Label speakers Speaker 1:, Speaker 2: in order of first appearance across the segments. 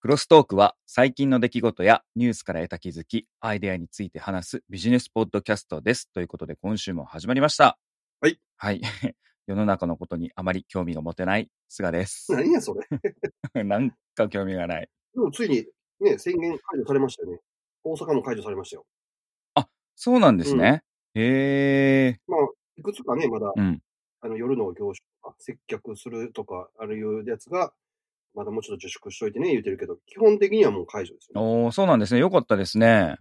Speaker 1: クロストークは最近の出来事やニュースから得た気づき、アイデアについて話すビジネスポッドキャストです。ということで今週も始まりました。
Speaker 2: はい。
Speaker 1: はい。 世の中のことにあまり興味が持てない菅です。
Speaker 2: 何やそ れ。
Speaker 1: なんか興味がない。
Speaker 2: でもついに、ね、宣言解除されましたよね。大阪も解除されましたよ。
Speaker 1: そうなんですね。へえ。
Speaker 2: まあ、いくつかね、まだ、
Speaker 1: うん
Speaker 2: あの夜の業種とか、接客するとか、あるいうやつが、まだもうちょっと自粛しといてね、言ってるけど、基本的にはもう解除ですよ、ね。
Speaker 1: おー、そうなんですね。よかったですね。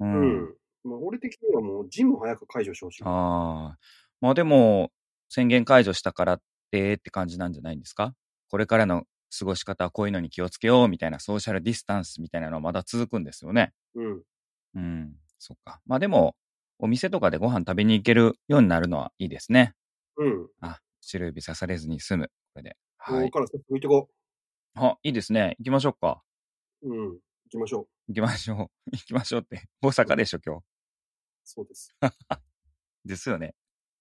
Speaker 1: う。
Speaker 2: うんん。まあ、俺的にはもう、ジム早く解除してほしい。
Speaker 1: ああ。まあでも、宣言解除したからってって感じなんじゃないんですかこれからの過ごし方はこういうのに気をつけようみたいなソーシャルディスタンスみたいなのはまだ続くんですよね。
Speaker 2: うん。
Speaker 1: うん。そっか。まあでも、お店とかでご飯食べに行けるようになるのはいいですね。
Speaker 2: うん。
Speaker 1: あ、白指刺されずに済む。これで。
Speaker 2: こ
Speaker 1: は
Speaker 2: こ
Speaker 1: い。
Speaker 2: から先向いてこ
Speaker 1: あ、いいですね。行きましょうか。
Speaker 2: う。うん。行きましょう。
Speaker 1: 行きましょう。 行きましょうって。大阪でしょ、今日。
Speaker 2: そうです。
Speaker 1: ですよね。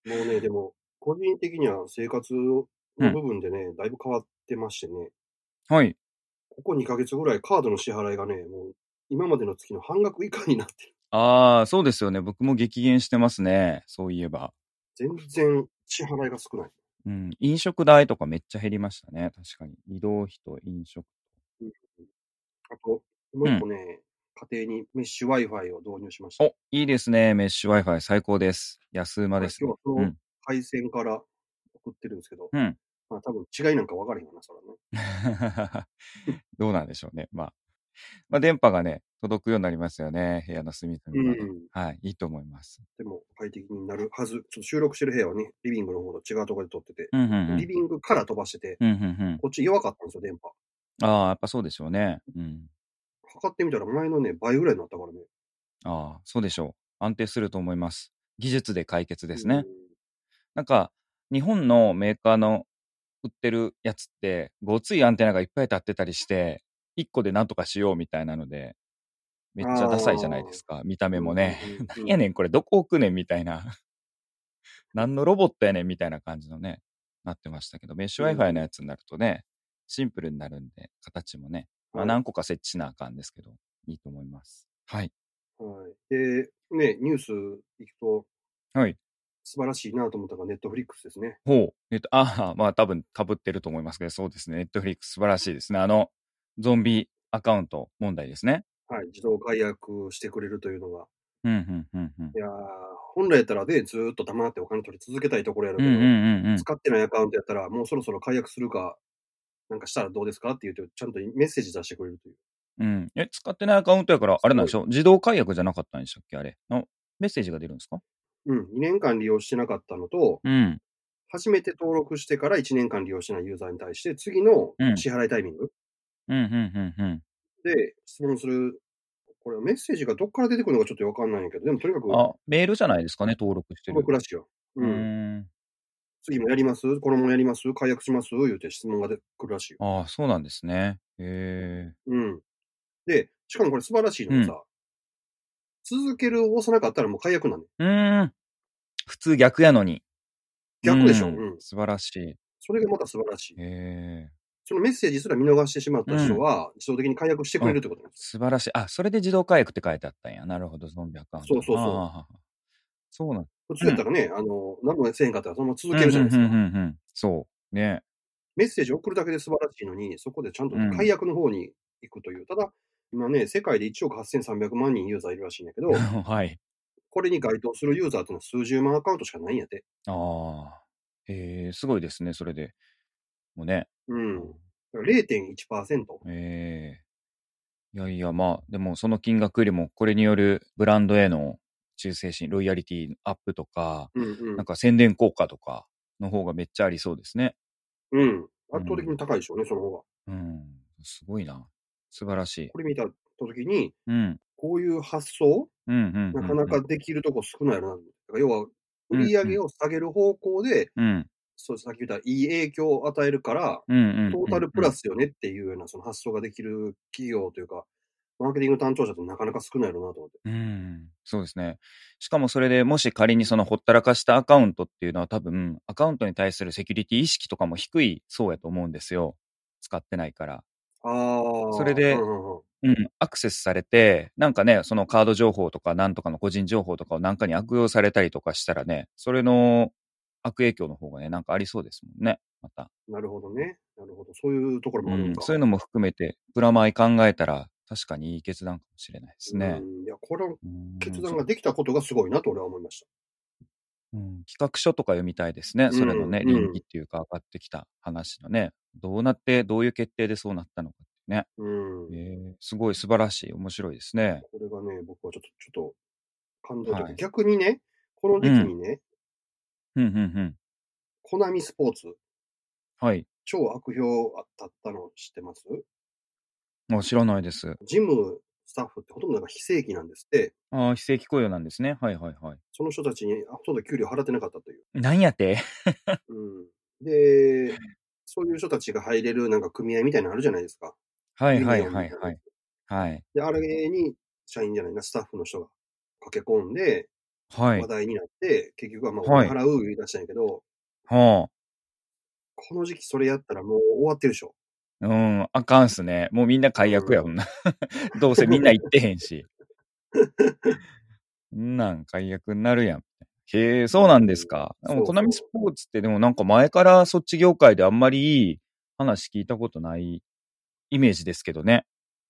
Speaker 2: もうね、でも、個人的には生活の部分でね、だいぶ変わってましてね、
Speaker 1: はい。
Speaker 2: ここ2ヶ月ぐらいカードの支払いがね、もう、今までの月の半額以下になってる。
Speaker 1: ああ、そうですよね。僕も激減してますね。そういえば。
Speaker 2: 全然支払いが少ない。
Speaker 1: うん、飲食代とかめっちゃ減りましたね。確かに。移動費と飲食。
Speaker 2: あと、もう一個ね、家庭にメッシュ Wi-Fi を導入しました。
Speaker 1: お、いいですね。メッシュ Wi-Fi 最高です。安馬です、ね
Speaker 2: 今。日は
Speaker 1: う
Speaker 2: その
Speaker 1: ん
Speaker 2: 配線から送ってるんですけど、
Speaker 1: うん
Speaker 2: まあ多分違いなんか分からへんよな、そらね。
Speaker 1: どうなん でしょうね。まあ。まあ、電波がね、届くようになりますよね。部屋の隅々まで。
Speaker 2: うん。
Speaker 1: はい。いいと思います。
Speaker 2: でも快適になるはず。ちょっと収録してる部屋はね、リビングの方と違うところで撮ってて、
Speaker 1: うん、うん、うん。
Speaker 2: リビングから飛ばしてて、
Speaker 1: うん、うん、
Speaker 2: こっち弱かったんですよ、電波。
Speaker 1: うん。ああ、やっぱそうでしょうね。うん。
Speaker 2: 測ってみたら前のね、倍ぐらいになったからね。
Speaker 1: ああ、そうでしょう。安定すると思います。技術で解決ですね。
Speaker 2: うん。
Speaker 1: なんか、日本のメーカーの売ってるやつって、ごついアンテナがいっぱい立ってたりして、1個でなんとかしようみたいなので、めっちゃダサいじゃないですか、見た目もね。
Speaker 2: うんうんうんう
Speaker 1: なんんやねん、これどこ置くねんみたいな。何のロボットやねんみたいな感じのね、なってましたけど、メッシュ Wi-Fi のやつになるとね、シンプルになるんで、形もね、まあ、何個か設置しなあかんですけど、いいと思います。はい。
Speaker 2: はい。で、ね、ニュース行くと、
Speaker 1: はい。
Speaker 2: 素晴らしいなと思ったのがネットフリックスですね。
Speaker 1: ほう。えっと、ああ、まあ多分被ってると思いますけど、そうですね。ネットフリックス素晴らしいですね。あの、ゾンビアカウント問題ですね。
Speaker 2: はい。自動解約してくれるというのが。
Speaker 1: うん、うん、うん、うん
Speaker 2: い。やー本来やったらで、ずーっと黙ってお金取り続けたいところやる
Speaker 1: う
Speaker 2: け
Speaker 1: ん、
Speaker 2: ど、
Speaker 1: うん、うん。
Speaker 2: 使ってないアカウントやったら、もうそろそろ解約するか、なんかしたらどうですかって言うと、ちゃんとメッセージ出してくれるという。
Speaker 1: うん。え、使ってないアカウントやから、あれなんでしょう自動解約じゃなかったんでしたっけあれ。のメッセージが出るんですか
Speaker 2: うん。2年間利用してなかったのと、
Speaker 1: うん。
Speaker 2: 初めて登録してから1年間利用してないユーザーに対して、次の
Speaker 1: うん
Speaker 2: 支払いタイミング
Speaker 1: うん、うん、うん、うん。
Speaker 2: で質問する、これメッセージがどっから出てくるのかちょっとわかんないんやけど、でもとにかく、
Speaker 1: あ、メールじゃないですかね登録してる。
Speaker 2: 僕らしいよ。
Speaker 1: う
Speaker 2: うん。
Speaker 1: ーん。
Speaker 2: 次もやりますこれもやります解約します言うて質問が出てくるらしいよ。
Speaker 1: ああ、そうなんですね。へえ。
Speaker 2: うん。で、しかもこれ素晴らしいのがさ、続けるを押さなかったらもう解約なんね
Speaker 1: うーん。普通逆やのに。
Speaker 2: 逆でしょ、うん
Speaker 1: ん。素晴らしい。へ
Speaker 2: それがまた素晴らしい。
Speaker 1: え。
Speaker 2: そのメッセージすら見逃してしまった人は、自動的に解約してくれるってことなんです。
Speaker 1: 素晴らしい。あ、それで自動解約って書いてあったんや。なるほど、ゾンビアカウント。
Speaker 2: そうそうそう
Speaker 1: あーそうなん
Speaker 2: 普通やったらね、あの、何もせえへんかったらそのまま続けるじゃないです
Speaker 1: うんう
Speaker 2: か。
Speaker 1: んうんうんうんそう。ね。
Speaker 2: メッセージ送るだけで素晴らしいのに、そこでちゃんと解約の方に行くという。ただ、今ね、世界で1億8300万人ユーザーいるらしいんやけ ど、
Speaker 1: はい。
Speaker 2: これに該当するユーザーってのは数十万アカウントしかないんやて。
Speaker 1: ああ。えー、すごいですね、それで。もうね。
Speaker 2: うん。だから0.1%。
Speaker 1: えー。いやいや、まあ、でもその金額よりも、これによるブランドへの忠誠心、ロイヤリティアップとか、
Speaker 2: うんうん
Speaker 1: なん。か宣伝効果とかの方がめっちゃありそうですね。
Speaker 2: うん。圧倒的に高いでしょうね、その方が。
Speaker 1: うん。すごいな。素晴らしい。
Speaker 2: これ見た時に、
Speaker 1: うん。
Speaker 2: こういう発想、
Speaker 1: うんうんうん、うん。
Speaker 2: なかなかできるとこ少ないよな。だから要は、売り上げを下げる方向で、
Speaker 1: うん。
Speaker 2: そう、さっき言ったいい影響を与えるから、
Speaker 1: うんうんうんうん
Speaker 2: トータルプラスよねっていうようなその発想ができる企業というか、マーケティング担当者ってなかなか少ないよなと思って。
Speaker 1: うん、そうですね。しかもそれでもし仮にそのほったらかしたアカウントっていうのは多分アカウントに対するセキュリティ意識とかも低いそうやと思うんですよ。使ってないから。
Speaker 2: ああ。
Speaker 1: それで
Speaker 2: うんうんうん
Speaker 1: うん、アクセスされて、なんかね、そのカード情報とか、なんとかの個人情報とかをなんかに悪用されたりとかしたらね、それの悪影響の方がね、なんかありそうですもんね、また。
Speaker 2: なるほどね。なるほど。そういうところも
Speaker 1: う
Speaker 2: あるの
Speaker 1: ん、
Speaker 2: か。
Speaker 1: そういうのも含めて、プラマイ考えたら、確かにいい決断かもしれないですね
Speaker 2: う。んいや、この
Speaker 1: うん
Speaker 2: 決断ができたことがすごいなと俺は思いました。
Speaker 1: うん、企画書とか読みたいですね、
Speaker 2: ん
Speaker 1: それのね、
Speaker 2: うん
Speaker 1: 倫理っていうか、上がってきた話のね、どうなって、どういう決定でそうなったのかってね、
Speaker 2: うん。
Speaker 1: えーすごい素晴らしい、面白いですね。
Speaker 2: これがね、僕はちょっと、ちょっと感動的、
Speaker 1: はい
Speaker 2: 逆にね、この時期にね、
Speaker 1: うんうんうん。
Speaker 2: コナミスポーツ、
Speaker 1: はい。
Speaker 2: 超悪評だったの知ってます
Speaker 1: もう知らないです。
Speaker 2: ジムスタッフってほとんどなんか非正規なんですって、
Speaker 1: ああ、非正規雇用なんですね。はいはいはい。
Speaker 2: その人たちにほとんど給料払ってなかったという。
Speaker 1: なんやって
Speaker 2: うん、で、そういう人たちが入れるなんか組合みたいなのあるじゃないですか。
Speaker 1: はい
Speaker 2: ユニ
Speaker 1: はい
Speaker 2: オンみた
Speaker 1: はいい
Speaker 2: な
Speaker 1: はい。はい。
Speaker 2: で、あれに社員じゃないな、スタッフの人が駆け込んで、
Speaker 1: は
Speaker 2: 話
Speaker 1: い。
Speaker 2: 題になって、結局はまあ、
Speaker 1: はい
Speaker 2: お金払う言い出したんやけど、
Speaker 1: は
Speaker 2: この時期それやったらもう終わってるでしょ。
Speaker 1: あ。うん、あかんっすね。もうみんな解約やもんな。 どうせみんな行ってへんし。んなん解約になるやん。へえ、そうなんですか。
Speaker 2: う
Speaker 1: で
Speaker 2: んそ
Speaker 1: も、
Speaker 2: うそ
Speaker 1: コ
Speaker 2: う
Speaker 1: ナミスポーツってでもなんか前からそっち業界であんまりいい話聞いたことないイメージですけどね。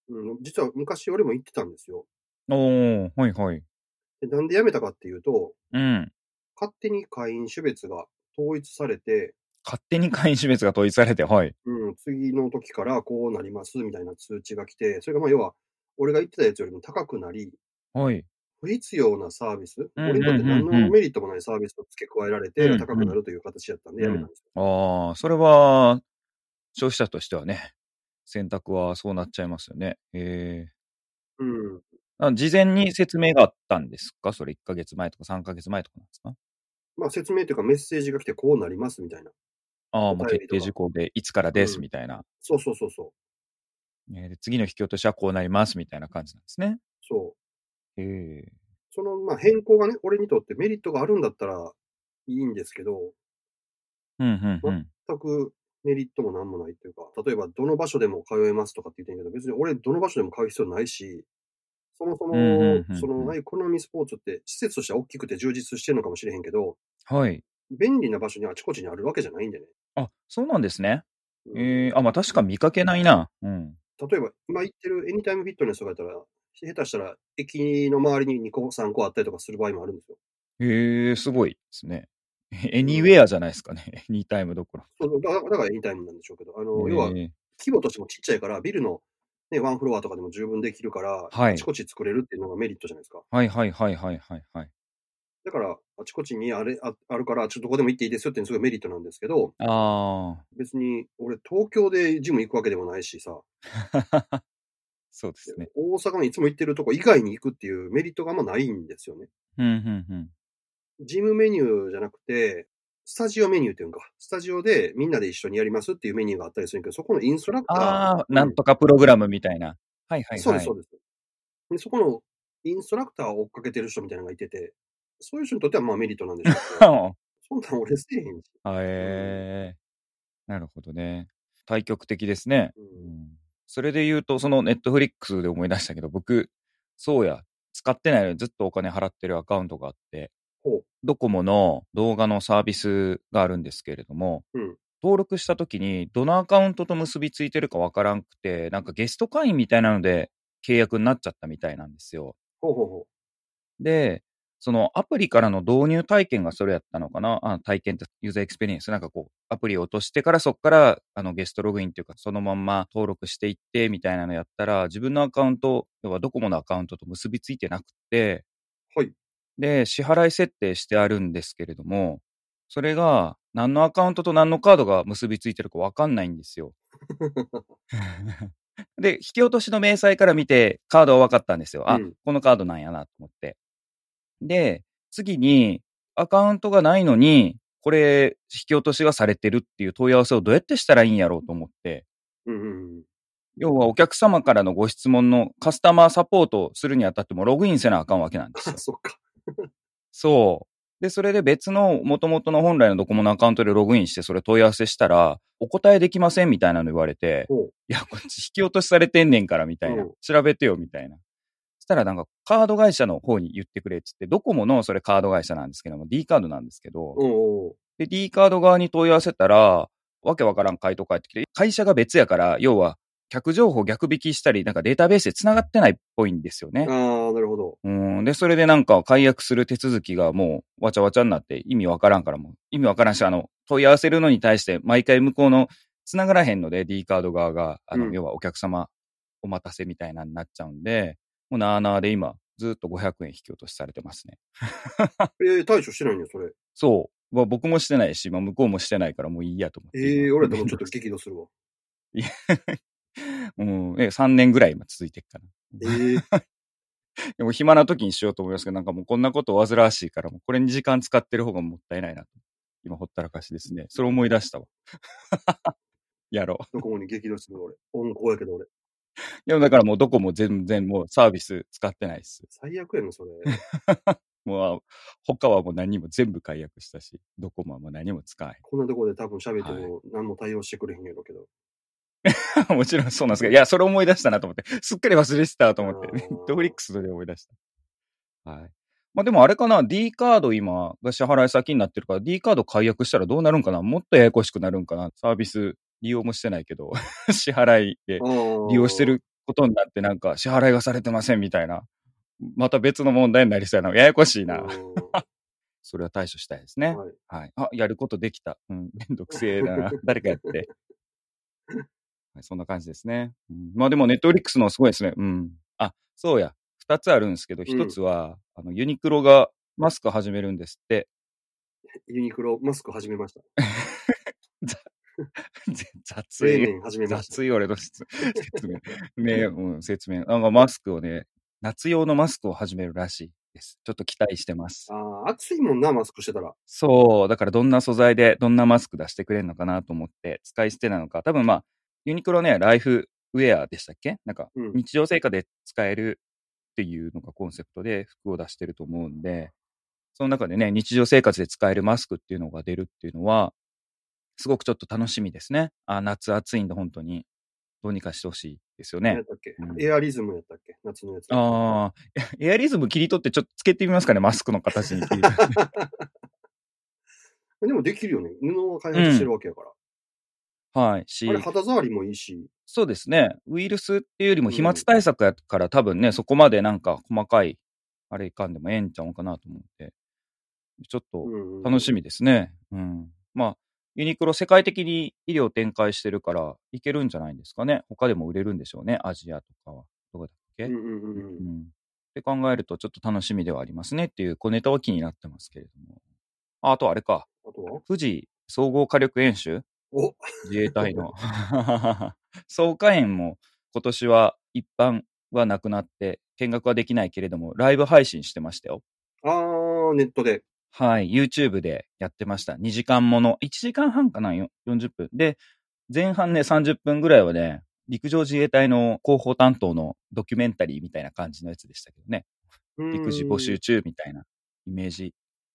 Speaker 2: うん、実は昔俺も言ってたんですよ。
Speaker 1: おー、はいはい。
Speaker 2: でなんで辞めたかっていうと、
Speaker 1: うん。
Speaker 2: 勝手に会員種別が統一されて、
Speaker 1: 勝手に会員種別が統一されて、はい。
Speaker 2: うん、次の時からこうなりますみたいな通知が来て、それがまあ要は、俺が言ってたやつよりも高くなり、
Speaker 1: はい。
Speaker 2: 不必要なサービス、
Speaker 1: うん
Speaker 2: 俺にとって何
Speaker 1: うんうんう
Speaker 2: の
Speaker 1: ん
Speaker 2: メリットもないサービスを付け加えら
Speaker 1: う
Speaker 2: れ
Speaker 1: んう
Speaker 2: て
Speaker 1: ん
Speaker 2: 高くなるという形だったんで辞めたんですよ。
Speaker 1: ああ、それは、消費者としてはね、選択はそうなっちゃいますよね。ええ
Speaker 2: うん。
Speaker 1: あ事前に説明があったんですかそれ1ヶ月前とか3ヶ月前とかなんですか
Speaker 2: まあ説明というかメッセージが来てこうなりますみたいな。
Speaker 1: ああ、もう
Speaker 2: お便
Speaker 1: 決
Speaker 2: りと
Speaker 1: 定
Speaker 2: か
Speaker 1: 事項で、いつからで
Speaker 2: う
Speaker 1: す
Speaker 2: ん
Speaker 1: みたいな。
Speaker 2: そうそうそうそう。
Speaker 1: えーで次の引き落としはこうなりますみたいな感じなんですね。
Speaker 2: そう。
Speaker 1: ええ
Speaker 2: そのまあ変更がね、俺にとってメリットがあるんだったらいいんですけど、
Speaker 1: うんうんうん。
Speaker 2: 全くメリットも何もないというか、例えばどの場所でも通えますとかって言ってんけど、別に俺どの場所でも通う必要ないし、そもそ
Speaker 1: うんうん
Speaker 2: も
Speaker 1: うんう、ん
Speaker 2: そのエコノミースポーツって施設としては大きくて充実してるのかもしれへんけど、
Speaker 1: はい。
Speaker 2: 便利な場所にあちこちにあるわけじゃないんでね。
Speaker 1: あ、そうなんですね。
Speaker 2: うん
Speaker 1: ええあ、まあ確か見かけないな。うん。
Speaker 2: 例えば今行ってるエニタイムフィットネスとかやったら、下手したら駅の周りに2個、3個あったりとかする場合もあるんですよ。
Speaker 1: ええすごいですね。 エニウェアじゃないですかね。 エニタイムどころ
Speaker 2: そうそうだからだからエニタイムなんでしょうけど、あの、要は
Speaker 1: ええ
Speaker 2: 規模としてもちっちゃいから、ビルの、ね、ワンフロアとかでも十分できるから、
Speaker 1: はい
Speaker 2: あちこち作れるっていうのがメリットじゃないですか。
Speaker 1: はいはいはいはいはいはい。
Speaker 2: だから、あちこちにあれああるから、ちょっとどこでも行っていいですよっていうのすごいメリットなんですけど、
Speaker 1: あ
Speaker 2: 別に俺、東京でジム行くわけでもないしさ、
Speaker 1: あ。 そうですね。
Speaker 2: 大阪のいつも行ってるとこ以外に行くっていうメリットがあんまないんですよね。
Speaker 1: うんうんうん。
Speaker 2: ジムメニューじゃなくて、スタジオメニューっていうんか、スタジオでみんなで一緒にやりますっていうメニューがあったりするけど、そこのインストラクター、
Speaker 1: ああ、
Speaker 2: うん
Speaker 1: なんとかプログラムみたいな。はいはい
Speaker 2: そうで
Speaker 1: は
Speaker 2: す、
Speaker 1: い
Speaker 2: そ。うです。でそこのインストラクターを追っかけてる人みたいなのがいてて、そういう人にとってはまあメリットなんでしょう けど、
Speaker 1: は
Speaker 2: そんなん俺せえへんし。
Speaker 1: えなるほどね。対極的ですね。
Speaker 2: うん
Speaker 1: うんそれで言うと、そのネットフリックスで思い出したけど、僕、そうや、使ってないのにずっとお金払ってるアカウントがあって、
Speaker 2: ほ
Speaker 1: ドコモの動画のサービスがあるんですけれども、
Speaker 2: うん
Speaker 1: 登録した時にどのアカウントと結びついてるかわからんくて、なんかゲスト会員みたいなので契約になっちゃったみたいなんですよ。
Speaker 2: ほうほうほ
Speaker 1: で、そのアプリからの導入体験がそれやったのかなあ体験ってユーザーエクスペリエンス。なんかこう、アプリを落としてからそこからあのゲストログインっていうか、そのまんま登録していってみたいなのやったら、自分のアカウント、要はドコモのアカウントと結びついてなくて、
Speaker 2: う。はい。
Speaker 1: で、支払い設定してあるんですけれども、それが何のアカウントと何のカードが結びついてるかわかんないんですよ。 で、引き落としの明細から見て、カードは分かったんですよ。あ、
Speaker 2: うん
Speaker 1: このカードなんやなと思って。で、次に、アカウントがないのに、これ、引き落としがされてるっていう問い合わせをどうやってしたらいいんやろうと思って、
Speaker 2: うんうんうん。
Speaker 1: 要はお客様からのご質問のカスタマーサポートをするにあたってもログインせなあかんわけなんですよ
Speaker 2: あ、。そっか。
Speaker 1: そで、それで別の元々の本来のドコモのアカウントでログインして、それ問い合わせしたら、お答えできませんみたいなの言われて、
Speaker 2: ほう
Speaker 1: いや、こっち引き落としされてんねんからみたいな
Speaker 2: うん。
Speaker 1: 調べてよみたいな。そしたらなんかカード会社の方に言ってくれっつって、ドコモのそれカード会社なんですけども、D カードなんですけど、
Speaker 2: おう
Speaker 1: で、D カード側に問い合わせたら、わけわからん回答返ってきて、会社が別やから、要は客情報逆引きしたり、なんかデータベースで繋がってないっぽいんですよね。
Speaker 2: ああ、なるほど。
Speaker 1: うん。で、それでなんか解約する手続きがもうわちゃわちゃになって意味わからんからもう意味わからんし、あの、問い合わせるのに対して毎回向こうの繋がらへんので D カード側が、あの、
Speaker 2: うん
Speaker 1: 要はお客様お待たせみたいなのになっちゃうんで、もうなあなあで今ずっと500円引き落としされてますね。
Speaker 2: えー、対処してないのよ、それ。
Speaker 1: そう。まあ、僕もしてないし、まあ、向こうもしてないからもういいやと思って。
Speaker 2: ええ
Speaker 1: 今
Speaker 2: 俺でもちょっと激怒するわ。
Speaker 1: うん、え3年ぐらい今続いてっから。
Speaker 2: ええ
Speaker 1: でも暇な時にしようと思いますけど、なんかもうこんなこと煩わしいから、もうこれに時間使ってる方がもったいないなと。今ほったらかしですね。それ思い出したわ。 やろう。
Speaker 2: ドコモに激怒するわ、俺。温厚やけど俺。
Speaker 1: いや、だからもうどこも全然もうサービス使ってないっす。
Speaker 2: 最悪やな、それ。
Speaker 1: もう、他はもう何も全部解約したし、ドコモはもう何も使え
Speaker 2: こんなとこで多分喋っても何も対応してくれへんやろうけど。
Speaker 1: へん。 もちろんそうなんですけど、いや、それ思い出したなと思って、すっかり忘れてたと思って、
Speaker 2: あー
Speaker 1: ネットフリックスで思い出した。はい。まあでもあれかな、D カード今が支払い先になってるから、D カード解約したらどうなるんかなもっとややこしくなるんかなサービス利用もしてないけど、 支払いで利
Speaker 2: 利
Speaker 1: 用して。ることになってなんか支払いがされてませんみたいな。また別の問題になりそうやな。ややこしいな
Speaker 2: うん。
Speaker 1: それは対処したいです ね。
Speaker 2: はい
Speaker 1: はい。あ、やることできた。うん。めんどくせえ な。誰かやって。はい、そんな感じですね。うん、まあでも、ネットフリックスのすごいですね。うん。あ、そうや。二つあるんですけど、一つは、あの、ユニクロがマスク始めるんですって。
Speaker 2: ユニクロ、マスク始めました。
Speaker 1: 雑
Speaker 2: 冷
Speaker 1: い。
Speaker 2: 麺始めました。
Speaker 1: 雑い俺の 説説明。ね、うん、説明。なんかマスクをね、夏用のマスクを始めるらしいです。ちょっと期待してます。
Speaker 2: ああ、暑いもんな、マスクしてたら。
Speaker 1: そう、だからどんな素材でどんなマスク出してくれるのかなと思って、使い捨てなのか、多分まあ、ユニクロね、ライフウェアでしたっけなんか、
Speaker 2: うん
Speaker 1: 日常生活で使えるっていうのがコンセプトで服を出してると思うんで、その中でね、日常生活で使えるマスクっていうのが出るっていうのは、すごくちょっと楽しみですね。あ、夏暑いんで本当に、どうにかしてほしいですよ
Speaker 2: 何や
Speaker 1: ね
Speaker 2: っ。たっけ
Speaker 1: うん
Speaker 2: エアリズムやったっけ夏のやつ。
Speaker 1: ああ、エアリズム切り取ってちょっとつけてみますかね、マスクの形に切り取って。
Speaker 2: あ。でもできるよね。布を開発してるわけやから。
Speaker 1: はい。し、
Speaker 2: あれ、肌触りもいいし。
Speaker 1: そうですね。ウイルスっていうよりも
Speaker 2: うん
Speaker 1: 飛沫対策やから、多分ね、そこまでなんか細かい、あれいかんでもええんちゃうかなと思って、ちょっと楽し
Speaker 2: み。
Speaker 1: みですね。うん。まあ、ユニクロ世界的に医療展開してるから、いけるんじゃないんですかね。他でも売れるんでしょうね。アジアとかは。どこだっけ、
Speaker 2: うんうんうんうん。
Speaker 1: うんって考えると、ちょっと楽しみではありますねっていう小ネタは気になってますけれども。ああとあれか。
Speaker 2: あとは
Speaker 1: 富士総合火力演習
Speaker 2: お
Speaker 1: 自衛隊の。 総火炎も今年は一般はなくなって、見学はできないけれども、ライブ配信してましたよ。
Speaker 2: あー、ネットで。
Speaker 1: はい、YouTube でやってました。2時間もの。1時間半かな、よ40分。で、前半ね、30分ぐらいはね、陸上自衛隊の広報担当のドキュメンタリーみたいな感じのやつでしたけどね。
Speaker 2: うん
Speaker 1: 陸自募集。中みたいなイメージ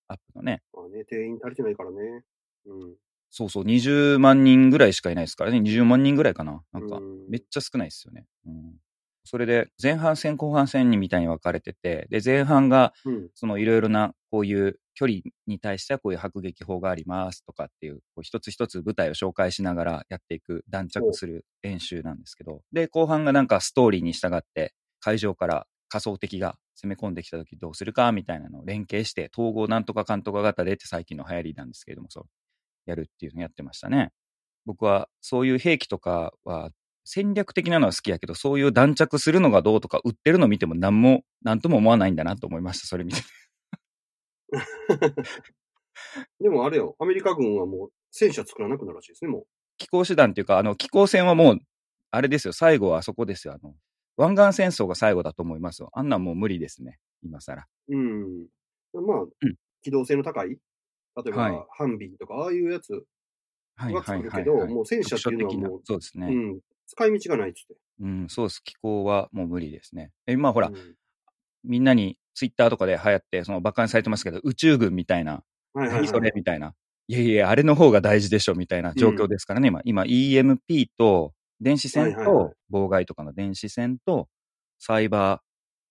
Speaker 1: アップのね。
Speaker 2: まあね、定員足りてないからね。うん。
Speaker 1: そうそう、20万人ぐらいしかいないですからね。20万人ぐらいかな。なんか
Speaker 2: う、ん
Speaker 1: めっちゃ少ないですよね。うん、それで前半戦後半戦にみたいに分かれててで前半が
Speaker 2: うん。
Speaker 1: そのいろいろなこういう距離に対してはこういう迫撃砲がありますとかっていうこう一つ一つ舞台を紹介しながらやっていく断着する演習なんですけどで後半がなんかストーリーに従って会場から仮想敵が攻め込んできた時どうするかみたいなのを連携して統合なんとか監督型でって最近の流行りなんですけれどもそうやるっていうのをやってましたね。僕はそういう兵器とかは戦略的なのは好きやけど、そういう断着するのがどうとか、売ってるの見ても何も、何とも思わないんだなと思いました、それ見て。
Speaker 2: でもあれよ、アメリカ軍はもう戦車作らなくなるらしいですね、も
Speaker 1: 気候手段っていうか、あの、気候戦はもう、あれですよ、最後はあそこですよ、あの、湾岸戦争が最後だと思いますよ。あんなんもう無理ですね、今更。
Speaker 2: う。うん。まあ、
Speaker 1: ん
Speaker 2: 機動性の高い、例えば、
Speaker 1: はい
Speaker 2: ハンビーとか、ああいうやつ、
Speaker 1: はい
Speaker 2: は
Speaker 1: は
Speaker 2: 作
Speaker 1: い
Speaker 2: る
Speaker 1: は
Speaker 2: け
Speaker 1: い、
Speaker 2: ど、
Speaker 1: はい。
Speaker 2: もう戦車っていうの
Speaker 1: 局
Speaker 2: は
Speaker 1: 所的な
Speaker 2: もう、
Speaker 1: そうです
Speaker 2: う
Speaker 1: ね。
Speaker 2: ん、使い道がないっつって。
Speaker 1: うん、そうです。気候はもう無理ですね。え今ほ
Speaker 2: ほ
Speaker 1: ら、みんなにツイッターとかで流行って、その、馬鹿にされてますけど、宇宙軍みたいな、
Speaker 2: はいはい
Speaker 1: 何そ
Speaker 2: は
Speaker 1: れ
Speaker 2: い。
Speaker 1: みたいな。いやいや、あれの方が大事でしょみたいな状況ですからね、今。今、EMP と、電子戦
Speaker 2: はいはいは
Speaker 1: と、妨害とかの電子戦と、サイバー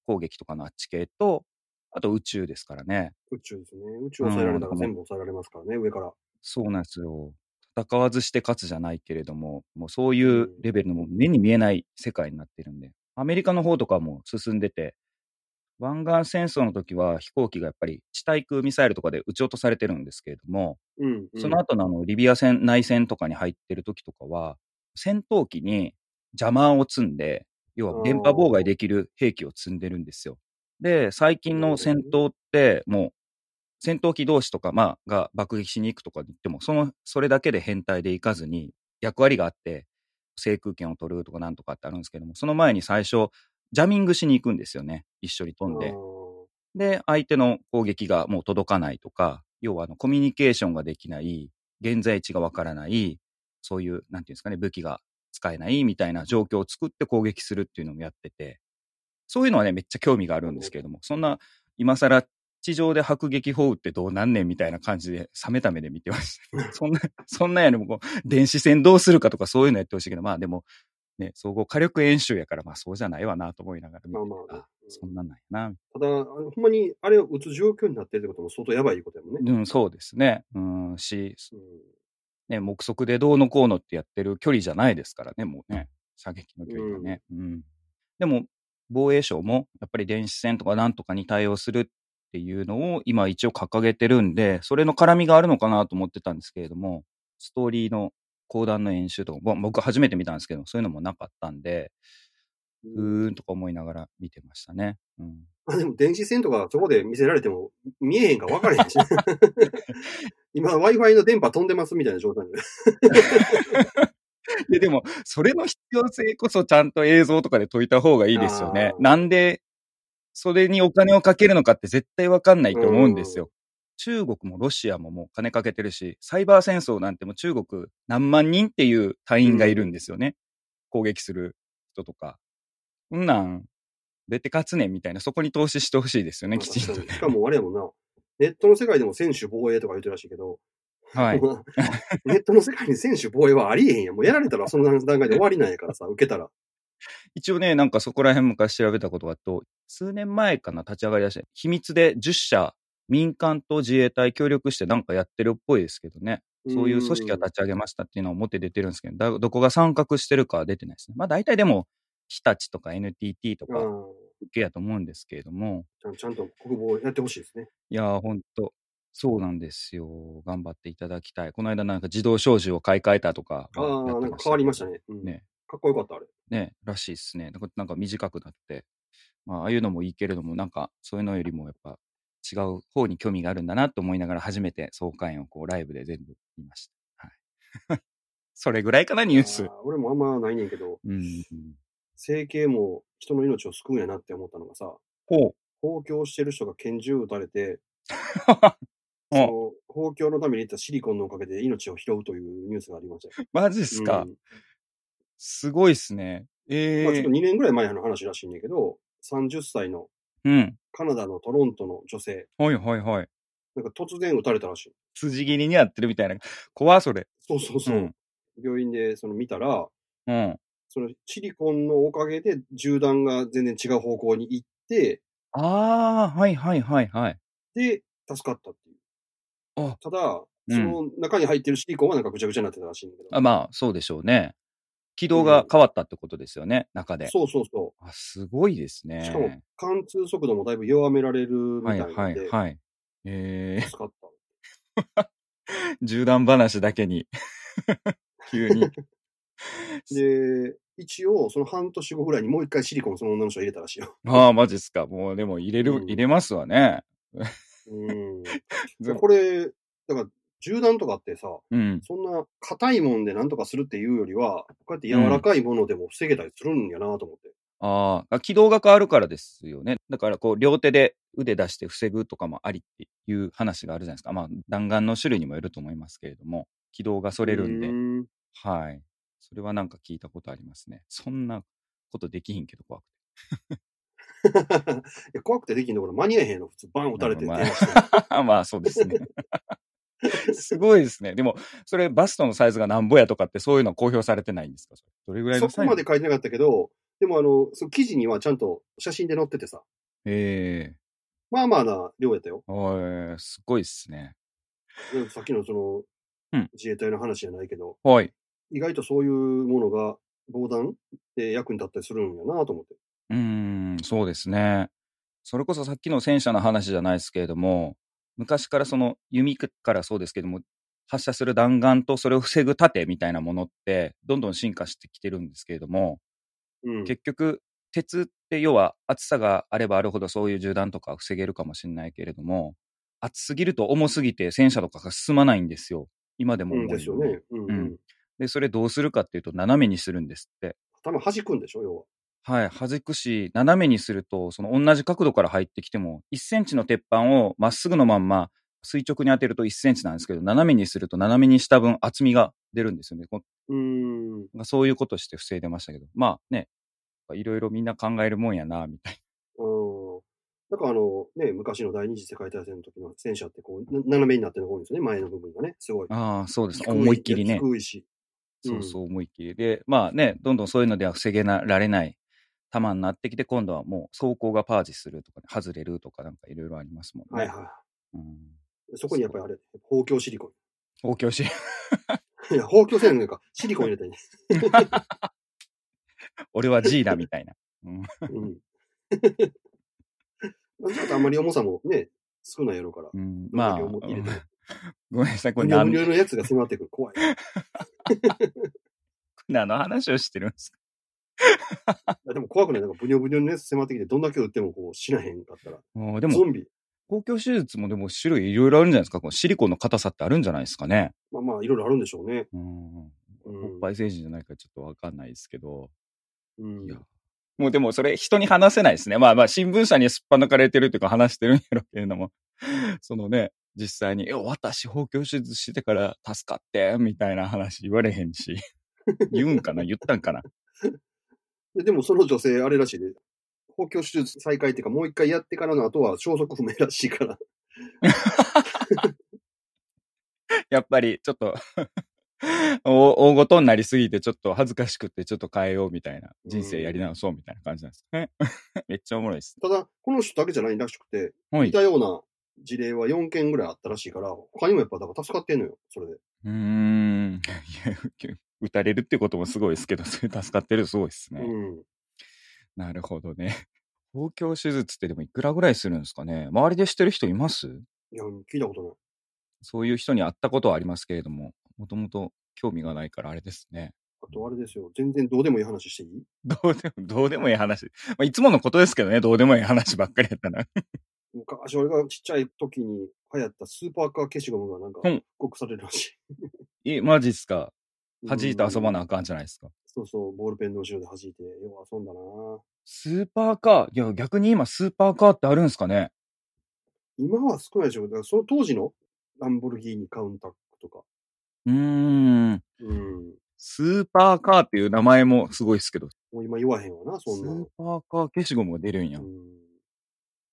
Speaker 1: 攻撃とかのあっち系と、あと宇宙ですからね。
Speaker 2: 宇宙ですね。宇宙抑えられたら全部抑えられますからね、上から。
Speaker 1: そうなんですよ。戦わずして勝つじゃないけれども、もうそういうレベルのもう目に見えない世界になってるんで、アメリカの方とかも進んでて、湾岸戦争の時は飛行機がやっぱり地対空ミサイルとかで撃ち落とされてるんですけれども、
Speaker 2: うん、うん。
Speaker 1: その後のあのリビア戦、内戦とかに入ってる時とかは、戦闘機に邪魔を積んで、要は電波妨害できる兵器を積んでるんですよ。で、最近の戦闘って、もう戦闘機同士とか、まあ、が爆撃しに行くとか言っても、その、それだけで変態で行かずに、役割があって、制空権を取るとかなんとかってあるんですけども、その前に最初、ジャミングしに行くんですよね。一緒に飛んで。
Speaker 2: あ
Speaker 1: で、相手の攻撃がもう届かないとか、要はあのコミュニケーションができない、現在地がわからない、そういう、なんていうんですかね、武器が使えないみたいな状況を作って攻撃するっていうのもやってて、そういうのはね、めっちゃ興味があるんですけれども、そんな、今更、地上で迫撃砲撃ってどうなんねんみたいな感じで、冷めた目で見てま した。そんな、そんなんよりもこう、電子戦どうするかとかそういうのやってほしいけど、まあでも、ね、総合火力演習やから、まあそうじゃないわなと思いながら見て
Speaker 2: まあ
Speaker 1: て、
Speaker 2: まあね
Speaker 1: あそんなんなんやな、
Speaker 2: ただ、あのほんまにあれを打つ状況になってるってことも相当やばいことやもんね。
Speaker 1: うん、そうですね。うん、し、
Speaker 2: うん
Speaker 1: ね、目測でどうのこうのってやってる距離じゃないですからね、もうね、射撃の距離がね。うん。でも、防衛省も、やっぱり電子戦とかなんとかに対応するっていうのを今一応掲げてるんで、それの絡みがあるのかなと思ってたんですけれども、ストーリーの講談の演習とか、ぼ僕初めて見たんですけど、そういうのもなかったんで、うーんとか思いながら見てましたね。うん。
Speaker 2: まあでも電子線とかそこで見せられても見えへんか分から へんし。今 Wi-Fi の電波飛んでますみたいな状態で。
Speaker 1: ででも、それの必要性こそちゃんと映像とかで解いた方がいいですよね。
Speaker 2: あー
Speaker 1: なんで、それにお金をかけるのかって絶対わかんないと思うんですよ。中国もロシアももう金かけてるし、サイバー戦争なんてもう中国何万人っていう隊員がいるんですよね。攻撃する人とか。こんなん、出て勝つねんみたいな、そこに投資してほしいですよね、きちんと
Speaker 2: し
Speaker 1: ね。
Speaker 2: かもあれやもんな。ネットの世界でも選手防衛とか言ってるらしいけど、
Speaker 1: はい。
Speaker 2: ネットの世界に選手防衛はありえへんやん。もうやられたらその段階で終わりなんやからさ、受けたら。
Speaker 1: 一応ね、なんかそこら辺昔調べたことがあと、数年前かな、立ち上がりだして、秘密で10社、民間と自衛隊協力してなんかやってるっぽいですけどね。そういう組織が立ち上げましたっていうのは表出てるんですけど、だどこが参画してるかは出てないですね。まあ大体でも、日立とか NTT と
Speaker 2: う
Speaker 1: か、
Speaker 2: ん
Speaker 1: 受けやと思うんですけれども、
Speaker 2: ちゃんちゃんと国防やってほしいですね。
Speaker 1: いやー、ほんと、そうなんですよ。頑張っていただきたい。この間なんか自動小銃を買い替えたとか、
Speaker 2: ああ、なんか変わりました。ね。うん
Speaker 1: ね
Speaker 2: かっこよかった、あれ。
Speaker 1: ね、らしいですね。なんかなんか短くなって、まあ、ああいうのもいいけれども、なんかそういうのよりもやっぱ違う方に興味があるんだなと思いながら初めて総会をこうライブで全部見ました。はい。 それぐらいかな、ニュース
Speaker 2: あ。ー俺もあんまないねんけど、
Speaker 1: うん。
Speaker 2: 整形も人の命を救うんやなって思ったのがさ、
Speaker 1: ほ う。
Speaker 2: 放狂してる人が拳銃撃たれて、
Speaker 1: うん
Speaker 2: その放狂のために行ったシリコンのおかげで命を拾うというニュースがありましたよ。
Speaker 1: マジっすか。
Speaker 2: うん
Speaker 1: すごいっすね。え
Speaker 2: まあ、ちょっ
Speaker 1: え
Speaker 2: と2年ぐらい前の話らしいんだけど、30歳の
Speaker 1: うん。
Speaker 2: カナダのトロントの女性、
Speaker 1: はいはいはい。
Speaker 2: なんか突然撃たれたらしい。
Speaker 1: 辻切りにやってるみたいな。怖それ。
Speaker 2: そうそうそう。
Speaker 1: うん
Speaker 2: 病院でその見たら、
Speaker 1: うん。
Speaker 2: そのシリコンのおかげで銃弾が全然違う方向に行って、
Speaker 1: ああ、はいはいはいはい。
Speaker 2: で、助かったっていう。
Speaker 1: あ
Speaker 2: ただ、
Speaker 1: ん
Speaker 2: その中に入ってるシリコンはなんかぐちゃぐちゃになってたらしいんだけど。
Speaker 1: あまあ、そうでしょうね。軌道が変わったってことですよね、中で。
Speaker 2: そうそうそ
Speaker 1: あ、すごいです
Speaker 2: う。
Speaker 1: ね。
Speaker 2: しかも貫通速度もだいぶ弱められるみた
Speaker 1: はいい
Speaker 2: なんで、
Speaker 1: はいはい。え
Speaker 2: 助かった。
Speaker 1: ー、 銃弾話だけに。 急 に。
Speaker 2: で、一応、その半年後ぐらいにもう一回シリコンその女の人入れたらしいよ。
Speaker 1: ああ、マジっすか。もうでも入れる、
Speaker 2: うん
Speaker 1: 入れますわね。
Speaker 2: うん。
Speaker 1: でも
Speaker 2: これ、だから、銃弾とかってさ、
Speaker 1: うん。
Speaker 2: そんな硬いもんでなんとかするっていうよりは、こうやって柔らかいものでも防げたりするんやなと思って。
Speaker 1: あーあ、軌道が変わるからですよね。だからこう、両手で腕出して防ぐとかもありっていう話があるじゃないですか。まあ、弾丸の種類にもよると思いますけれども、軌道がそれるんで
Speaker 2: う。ん
Speaker 1: はい。それはなんか聞いたことありますね。そんなことできひんけど怖く
Speaker 2: いや怖くてできんところ間に合えへんの、普通、バン打たれて
Speaker 1: まあ
Speaker 2: 電話して、
Speaker 1: まあそうですね。すごいですね。でも、それバストのサイズがなんぼやとかってそういうの公表されてないんですかそれどれぐらいの
Speaker 2: そ
Speaker 1: サ
Speaker 2: こ
Speaker 1: イズ
Speaker 2: まで書いてなかったけど、でもあの、その記事にはちゃんと写真で載っててさ、
Speaker 1: え
Speaker 2: まあまあな量やったよ。
Speaker 1: えおーすごいっすね。
Speaker 2: でさっきのその、
Speaker 1: うん
Speaker 2: 自衛隊の話じゃないけど、
Speaker 1: はい。
Speaker 2: 意外とそういうものが防弾で役に立ったりするんやなと思って。
Speaker 1: うーん、そうですね。それこそさっきの戦車の話じゃないですけれども、昔からその弓からそうですけども、発射する弾丸とそれを防ぐ盾みたいなものって、どんどん進化してきてるんですけれども、
Speaker 2: うん。
Speaker 1: 結局、鉄って要は厚さがあればあるほどそういう銃弾とかは防げるかもしれないけれども、厚すぎると重すぎて戦車とかが進まないんですよ。今でも
Speaker 2: う
Speaker 1: 思
Speaker 2: ん
Speaker 1: うように
Speaker 2: ですよね。うん、う
Speaker 1: うん
Speaker 2: ん。
Speaker 1: で、それどうするかっていうと斜めにするんですって。
Speaker 2: 頭弾くんでしょ、要は。
Speaker 1: はい、弾くし、斜めにすると、その同じ角度から入ってきても、1センチの鉄板をまっすぐのまんま垂直に当てると1センチなんですけど、斜めにすると斜めにした分厚みが出るんですよね。こ
Speaker 2: うーん。
Speaker 1: そういうことして防いでましたけど、まあね、いろいろみんな考えるもんやな、みたい
Speaker 2: うん。だからあの、ね、昔の第二次世界大戦の時の戦車ってこう、な斜めになってる方ですよね、前の部分がね。すごい。
Speaker 1: な。ああ、そうです。
Speaker 2: 低
Speaker 1: 思いっきりね。
Speaker 2: 低いし。
Speaker 1: そうそう、思いっきり。で、まあね、どんどんそういうのでは防げなられない球になってきて、今度はもう走行がパージするとか、ね、外れるとか、なんかいろいろありますもんね。
Speaker 2: はいは
Speaker 1: うん、
Speaker 2: い。そこにやっぱりあれ、包強シリコ
Speaker 1: お教師、
Speaker 2: ン。いや、包強せんのか。シリコン入れたんや
Speaker 1: 俺は G だ、みたいな。うん
Speaker 2: うん。ちょっとあんまり重さもね、少ないやろうから。
Speaker 1: うん まあ、
Speaker 2: どんだけ重い入れても
Speaker 1: ごめんなさい、こ
Speaker 2: こ
Speaker 1: れ
Speaker 2: れ、無
Speaker 1: 何
Speaker 2: 料のやつが迫ってくる。怖い。い
Speaker 1: 何の話をしてるんですか
Speaker 2: やでも怖くない。なんか、ブニョブニョのやつ迫ってきて、どんだけ打ってもこう、死なへんかったら。
Speaker 1: もうで
Speaker 2: ゾ
Speaker 1: も、
Speaker 2: ンビ。
Speaker 1: 公共手術もでも種類いろいろあるんじゃないですかこのシリコンの硬さってあるんじゃないですかね。
Speaker 2: まあまあ、いろいろあるんでしょうね。
Speaker 1: うん。
Speaker 2: う
Speaker 1: お
Speaker 2: ん
Speaker 1: っぱい成人じゃないからちょっとわかんないですけど。
Speaker 2: うん
Speaker 1: いやもうでもそれ人に話せないですね。まあまあ新聞社にすっぱ抜かれてるっていうか話してるんやろうけれども、 そのね、実際に、いや私、包協手術してから助かって、みたいな話言われへんし、 言うんかな言ったんかな
Speaker 2: ででも、その女性、あれらしいで、包協手術再開っていうか、もう一回やってからの後は消息不明らしいから。
Speaker 1: やっぱりちょっと お、大ごとになりすぎて、ちょっと恥ずかしくて、ちょっと変えようみたいな、
Speaker 2: うん
Speaker 1: 人生やり直そうみたいな感じなんですね。 めっちゃおもろいです。
Speaker 2: ただ、この人だけじゃないらしくて、
Speaker 1: は
Speaker 2: 似
Speaker 1: い。
Speaker 2: たような事例は4件ぐらいあったらしいから、他にもやっぱ、だから助かってんのよ、それで。
Speaker 1: うーん。いや、打たれるってこともすごいですけど、それ助かってるのすごいですね。
Speaker 2: うん。
Speaker 1: なるほどね。 包協手術ってでもいくらぐらいするんですかね周りでしてる人います
Speaker 2: いや、聞いたことない。
Speaker 1: そういう人に会ったことはありますけれども、もともと興味がないからあれですね。
Speaker 2: あと、あれですよ。全然どうでもいい話していい
Speaker 1: どうでも、どうでもいい話。まあ、いつものことですけどね、どうでもいい話ばっかりやったな。
Speaker 2: 昔、俺がちっちゃい時に流行ったスーパーカー消しゴムがなんか、
Speaker 1: うん
Speaker 2: 復刻されるらし
Speaker 1: え、マジっすか
Speaker 2: い。
Speaker 1: 弾いて遊ばな
Speaker 2: うん
Speaker 1: あかんじゃないですか。
Speaker 2: そうそう、ボールペンの後ろで弾いて、よう遊んだな
Speaker 1: スーパーカー、いや、逆に今スーパーカーってあるんですかね
Speaker 2: 今は少ないでしょうけど、その当時のランボルギーニカウンタックとか。
Speaker 1: うーん。
Speaker 2: うん。
Speaker 1: スーパーカーっていう名前もすごいですけど、ス
Speaker 2: もう今言わへんわな、そんな
Speaker 1: ー
Speaker 2: の。
Speaker 1: パーカー消しゴムが出るんや
Speaker 2: う。ん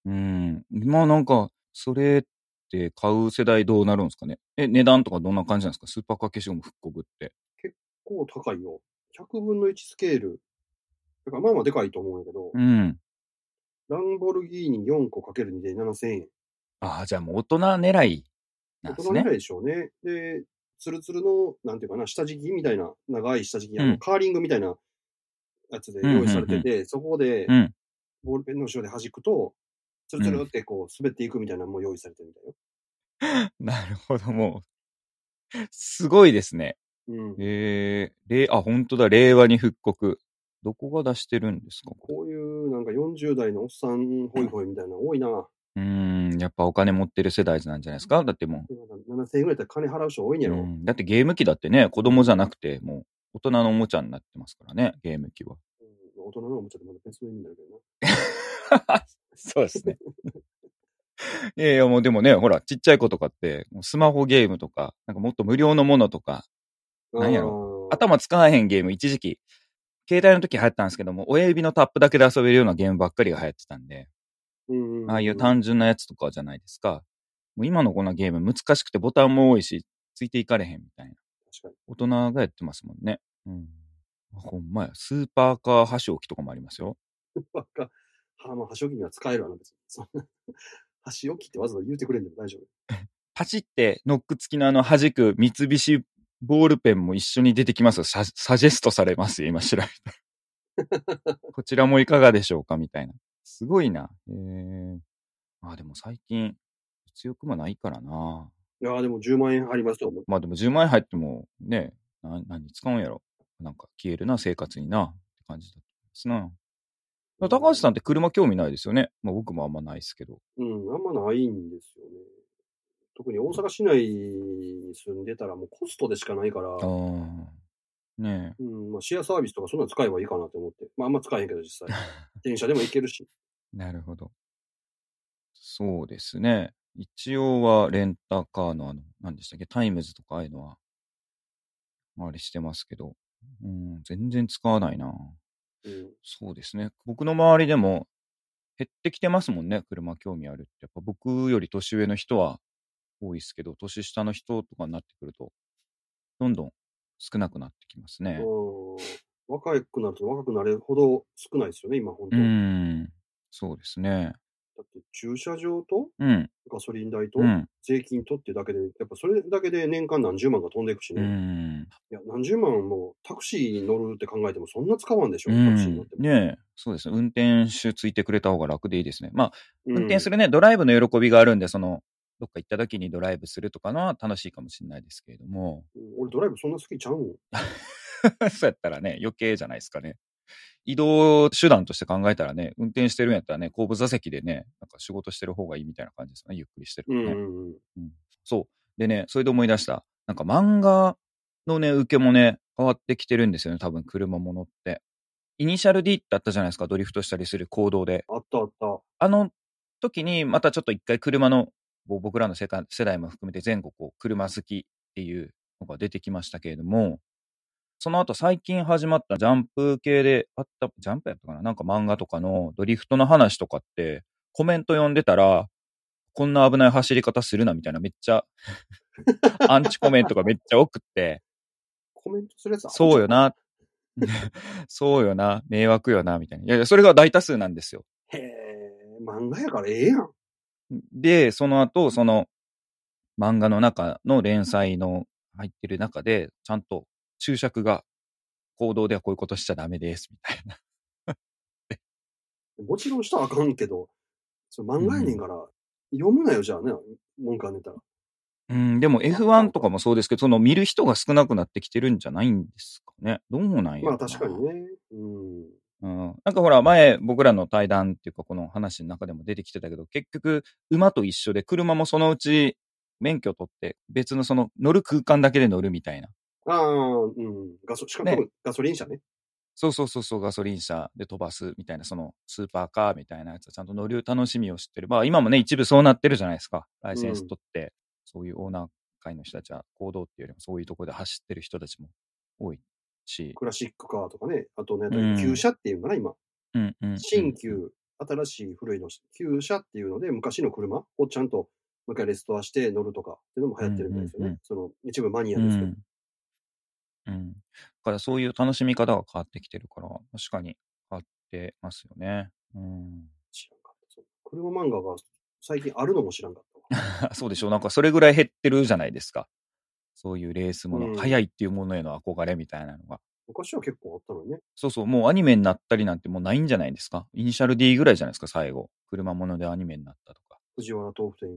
Speaker 1: うん。今なんか、それって買う世代どうなるんですかねえ、値段とかどんな感じなんですかスーパーカー消しゴム復刻って。
Speaker 2: こう高いよ。100分の1スケール。だからまあまあでかいと思うんだけど、
Speaker 1: うん。
Speaker 2: ランボルギーニ4個 ×2 で7000円。
Speaker 1: ああ、じゃあもう大人狙いなんです
Speaker 2: 大人ぐら
Speaker 1: ね。
Speaker 2: いでしょうね。で、ツルツルの、なんていうかな、下敷きみたいな、長い下敷き、あ
Speaker 1: う
Speaker 2: の
Speaker 1: ん
Speaker 2: カーリングみたいなやつで用意されてて、そこで
Speaker 1: う、ん。
Speaker 2: ボールペンの後ろで弾くと、ツルツルってこう、滑っていくみたいなのも用意されてるみたいよ。
Speaker 1: なるほど、もう。すごいですね。
Speaker 2: うん。
Speaker 1: えー、れいあ、本当だ、令和に復刻。どこが出してるんですかこれ
Speaker 2: こういうなんか40代のおっさんホイホイみたいなの多いな。
Speaker 1: うーん、やっぱお金持ってる世代なんじゃないですかだっても
Speaker 2: 7000円ぐらいだったら金払う人多いん
Speaker 1: う、
Speaker 2: や
Speaker 1: う
Speaker 2: ろ。
Speaker 1: ん、だってゲーム機だってね、子供じゃなくて、もう大人のおもちゃになってますからね、ゲーム機は。
Speaker 2: うん大人のおもちゃってまだ別の意味だけどな。
Speaker 1: そうですね。いやいや、もうでもね、ほら、ちっちゃい子とかって、もうスマホゲームとか、なんかもっと無料のものとか、なんや
Speaker 2: ろ
Speaker 1: 頭使わへんゲーム一時期携帯の時流行ったんですけども、親指のタップだけで遊べるようなゲームばっかりが流行ってたんで、
Speaker 2: うん
Speaker 1: ああいう単純なやつとかじゃないですか。もう今のこのゲーム難しくてボタンも多いし、ついていかれへんみたいな。
Speaker 2: 確かに
Speaker 1: 大人がやってますもんね。うん。ほんまや。スーパーカー箸置きとかもありますよ。
Speaker 2: ばっか。はあ、まあ、箸置きには使えるわな、別に。 そんな箸置きってわざわざ言うてくれんでも大丈夫。
Speaker 1: パチってノック付きのあの弾く三菱ボールペンも一緒に出てきますよ。ササジェストされますよ、今調べたら。こちらもいかがでしょうかみたいな。すごいな。えー、まあでも最近、物欲もないからな。
Speaker 2: いやーでも10万円ありますよ。
Speaker 1: まあでも10万円入ってもね、な何に使うんやろ。なんか消えるな、生活にな。って感じだったですな。だから高橋さんって車興味ないですよね。まあ僕もあんまないですけど。
Speaker 2: うん、あんまないんですよね。特に大阪市内に住んでたらもうコストでしかないから、
Speaker 1: ああ。ねえ。
Speaker 2: うんまあ、シェアサービスとかそんなの使えばいいかなと思って。まああんま使えへんけど 実際。電車でも行けるし。
Speaker 1: なるほど。そうですね。一応はレンタカーのあの、何でしたっけ、タイムズとかああいうのは、あれしてますけど、うん、全然使わないな。
Speaker 2: うん、
Speaker 1: そうですね。僕の周りでも減ってきてますもんね、車興味あるって。やっぱ僕より年上の人は多いですけど、年下の人とかになってくると、どんどん少なくなってきますね。
Speaker 2: うん若くなると若くなれるほど少ないですよね、今本当、
Speaker 1: う
Speaker 2: にだ
Speaker 1: ん、そうですね。
Speaker 2: って駐車場と
Speaker 1: うん、
Speaker 2: ガソリン代と
Speaker 1: うん、
Speaker 2: 税金取ってだけで、やっぱそれだけで年間何十万が飛んでいくし
Speaker 1: う
Speaker 2: ね。い
Speaker 1: ん。
Speaker 2: や、何十万もタクシーに乗るって考えてもそんな使わんでしょ、
Speaker 1: う
Speaker 2: タクシーに乗
Speaker 1: ん
Speaker 2: って、も。
Speaker 1: ねえそうですね。運転手ついてくれた方が楽でいいですね。まあ、
Speaker 2: うん
Speaker 1: 運転するね、ドライブの喜びがあるんで、その、どっか行った時にドライブするとかのは楽しいかもしれないですけれども、
Speaker 2: うん俺ドライブそんな好きちゃうん
Speaker 1: そうやったらね、余計じゃないですかね。移動手段として考えたらね、運転してるんやったらね、後部座席でね、なんか仕事してる方がいいみたいな感じですよね。ゆっくりしてると
Speaker 2: うん
Speaker 1: ね。
Speaker 2: うんうん。
Speaker 1: そう。でね、それで思い出した。なんか漫画のね、受けもね、変わってきてるんですよね、多分、車ものって。イニシャル D ってあったじゃないですか、ドリフトしたりする行動で。
Speaker 2: あったあった。
Speaker 1: あの時に、またちょっと一回車の、ぼ僕らの世界世代も含めて全国を車好きっていうのが出てきましたけれども、その後最近始まったジャンプ系であった、ジャンプやったかななんか漫画とかのドリフトの話とかって、コメント読んでたら、こんな危ない走り方するなみたいなめっちゃ、アンチコメントがめっちゃ多く って、
Speaker 2: コメントするやつあるじゃん
Speaker 1: そうよ。な、 そうよな、迷惑よな、みたいな。いやいや、それが大多数なんですよ。
Speaker 2: へえ、漫画やからええやん。
Speaker 1: で、その後、その漫画の中の連載の入ってる中で、ちゃんと注釈が、行動ではこういうことしちゃダメです、みたいな。
Speaker 2: もちろんしたらあかんけど、それ漫画やねんから、読むなよ、じゃあね、文句あんねんたら。
Speaker 1: うん、 でも F1 とかもそうですけど、その見る人が少なくなってきてるんじゃないんですかね。どうなんやろ
Speaker 2: ま
Speaker 1: な
Speaker 2: あ確かにね。うん。
Speaker 1: うんなんかほら、前、僕らの対談っていうか、この話の中でも出てきてたけど、結局、馬と一緒で、車もそのうち、免許取って、別のその、乗る空間だけで乗るみたいな。
Speaker 2: ああ、うん。ガソ、しかも、
Speaker 1: ね
Speaker 2: 特にガソリン車ね。
Speaker 1: そうそうそうそう、ガソリン車で飛ばすみたいな、その、スーパーカーみたいなやつは、ちゃんと乗る楽しみを知ってる。まあ、今もね、一部そうなってるじゃないですか。ライセンス取って、そういうオーナー会の人たちは、行動っていうよりも、そういうところで走ってる人たちも多いし。
Speaker 2: クラシックカーとかね。あとね、
Speaker 1: うん
Speaker 2: 旧車っていうのかな、今。
Speaker 1: うんうん、うん。
Speaker 2: 新旧、新しい古いの、旧車っていうので、昔の車をちゃんと、もう一回レストアして乗るとかっていうのも流行ってるみたいですよ
Speaker 1: うんうんう
Speaker 2: ね
Speaker 1: ん。
Speaker 2: その、一部マニアですけど。
Speaker 1: うん。うん。だからそういう楽しみ方が変わってきてるから、確かに変わってますよね。うん。
Speaker 2: 知らんかった。そう車漫画が最近あるのも知らんかったわ。
Speaker 1: そうでしょう。なんかそれぐらい減ってるじゃないですか。そういうレースもの、
Speaker 2: うん
Speaker 1: 速いっていうものへの憧れみたいなのが。
Speaker 2: 昔は結構あったのにね。
Speaker 1: そうそう、もうアニメになったりなんてもうないんじゃないですか。イニシャル D ぐらいじゃないですか、最後。車ものでアニメになったとか。
Speaker 2: 藤原豆腐店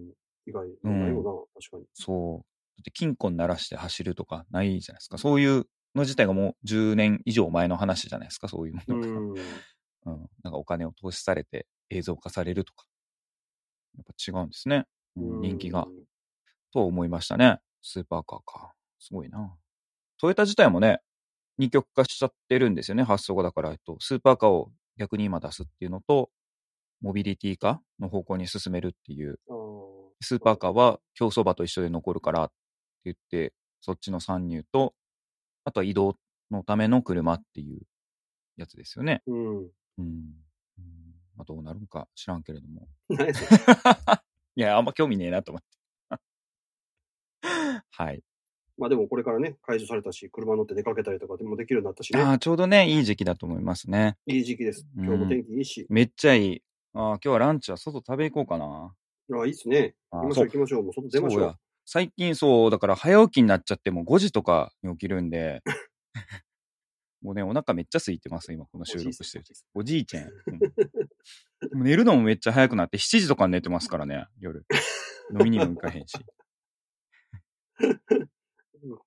Speaker 2: 以外ないよな、確かに。
Speaker 1: そう。だって金庫に鳴らして走るとかないじゃないですか。そういうの自体がもう10年以上前の話じゃないですか、そういうものが。
Speaker 2: う
Speaker 1: う
Speaker 2: ん。
Speaker 1: ん、なんかお金を投資されて映像化されるとか。やっぱ違うんですね。うん人気が
Speaker 2: う。ん。
Speaker 1: と思いましたね。スーパーカーか。すごいな。トヨタ自体もね、二極化しちゃってるんですよね、発想が。だから、えっと、スーパーカーを逆に今出すっていうのと、モビリティ化の方向に進めるっていう。
Speaker 2: あ
Speaker 1: スーパーカーは競走馬と一緒で残るからって言って、そっちの参入と、あとは移動のための車っていうやつですよね。
Speaker 2: うん。
Speaker 1: うん。うんまあ、どうなるんか知らんけれども。
Speaker 2: 何やそれ
Speaker 1: いや、あんま興味ねえなと思って。 はい。
Speaker 2: まあでもこれからね、解除されたし、車乗って出かけたりとかでもできるようになったし
Speaker 1: あ
Speaker 2: ね、
Speaker 1: あ、ちょうどね、いい時期だと思いますね。
Speaker 2: いい時期です。
Speaker 1: うん
Speaker 2: 今日も天気いいし、
Speaker 1: めっちゃいい。ああ、今日はランチは外食べ行こうかな。
Speaker 2: ああいいですね。
Speaker 1: あ
Speaker 2: 行
Speaker 1: あ
Speaker 2: きまし
Speaker 1: そう
Speaker 2: ょ行きましょう。もう外出まし
Speaker 1: そう
Speaker 2: ょ
Speaker 1: や
Speaker 2: う。
Speaker 1: 最近そう、だから早起きになっちゃってもう5時とかに起きるんで、 もうね、お腹めっちゃ空いてます、今この収録してる時。おじいちゃんや。うんもう寝るのもめっちゃ早くなって、7時とかに寝てますからね、夜。飲みにも行かへんし。
Speaker 2: うん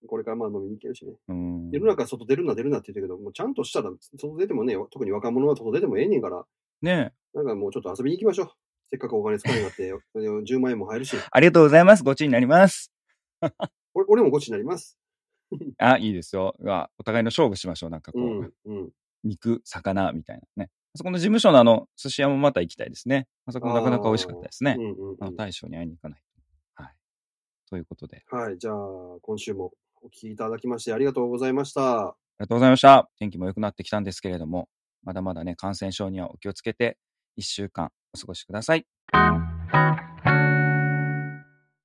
Speaker 2: これからまあ飲みに行けるしね。
Speaker 1: うん。
Speaker 2: 世の中外出るな出るなって言ってるけど、もうちゃんとしたら、外出てもね、特に若者は外出てもええねんから、
Speaker 1: ねえ
Speaker 2: なんかもうちょっと遊びに行きましょう。せっかくお金使いになって、10万円も入るし、
Speaker 1: ありがとうございます。ごちになります。
Speaker 2: 俺俺もゴチになります。
Speaker 1: あ、いいですよ。うわお互いの勝負しましょう。なんかこ
Speaker 2: う
Speaker 1: う、
Speaker 2: ん、うん。
Speaker 1: 肉、魚みたいなね。あそこの事務所のあの、寿司屋もまた行きたいですね。あそこもなかなか美味しかったですね。
Speaker 2: うんうん
Speaker 1: あ
Speaker 2: う
Speaker 1: の
Speaker 2: ん、
Speaker 1: 大将に会いに行かないと。はい。ということで、あり
Speaker 2: はい、じゃあ、今週もお聞きいただきましてありがとうございました。
Speaker 1: がとうございました。天気も良くなってきたんですけれども、まだまだね、感染症にはお気をつけて、1週間お過ごしください。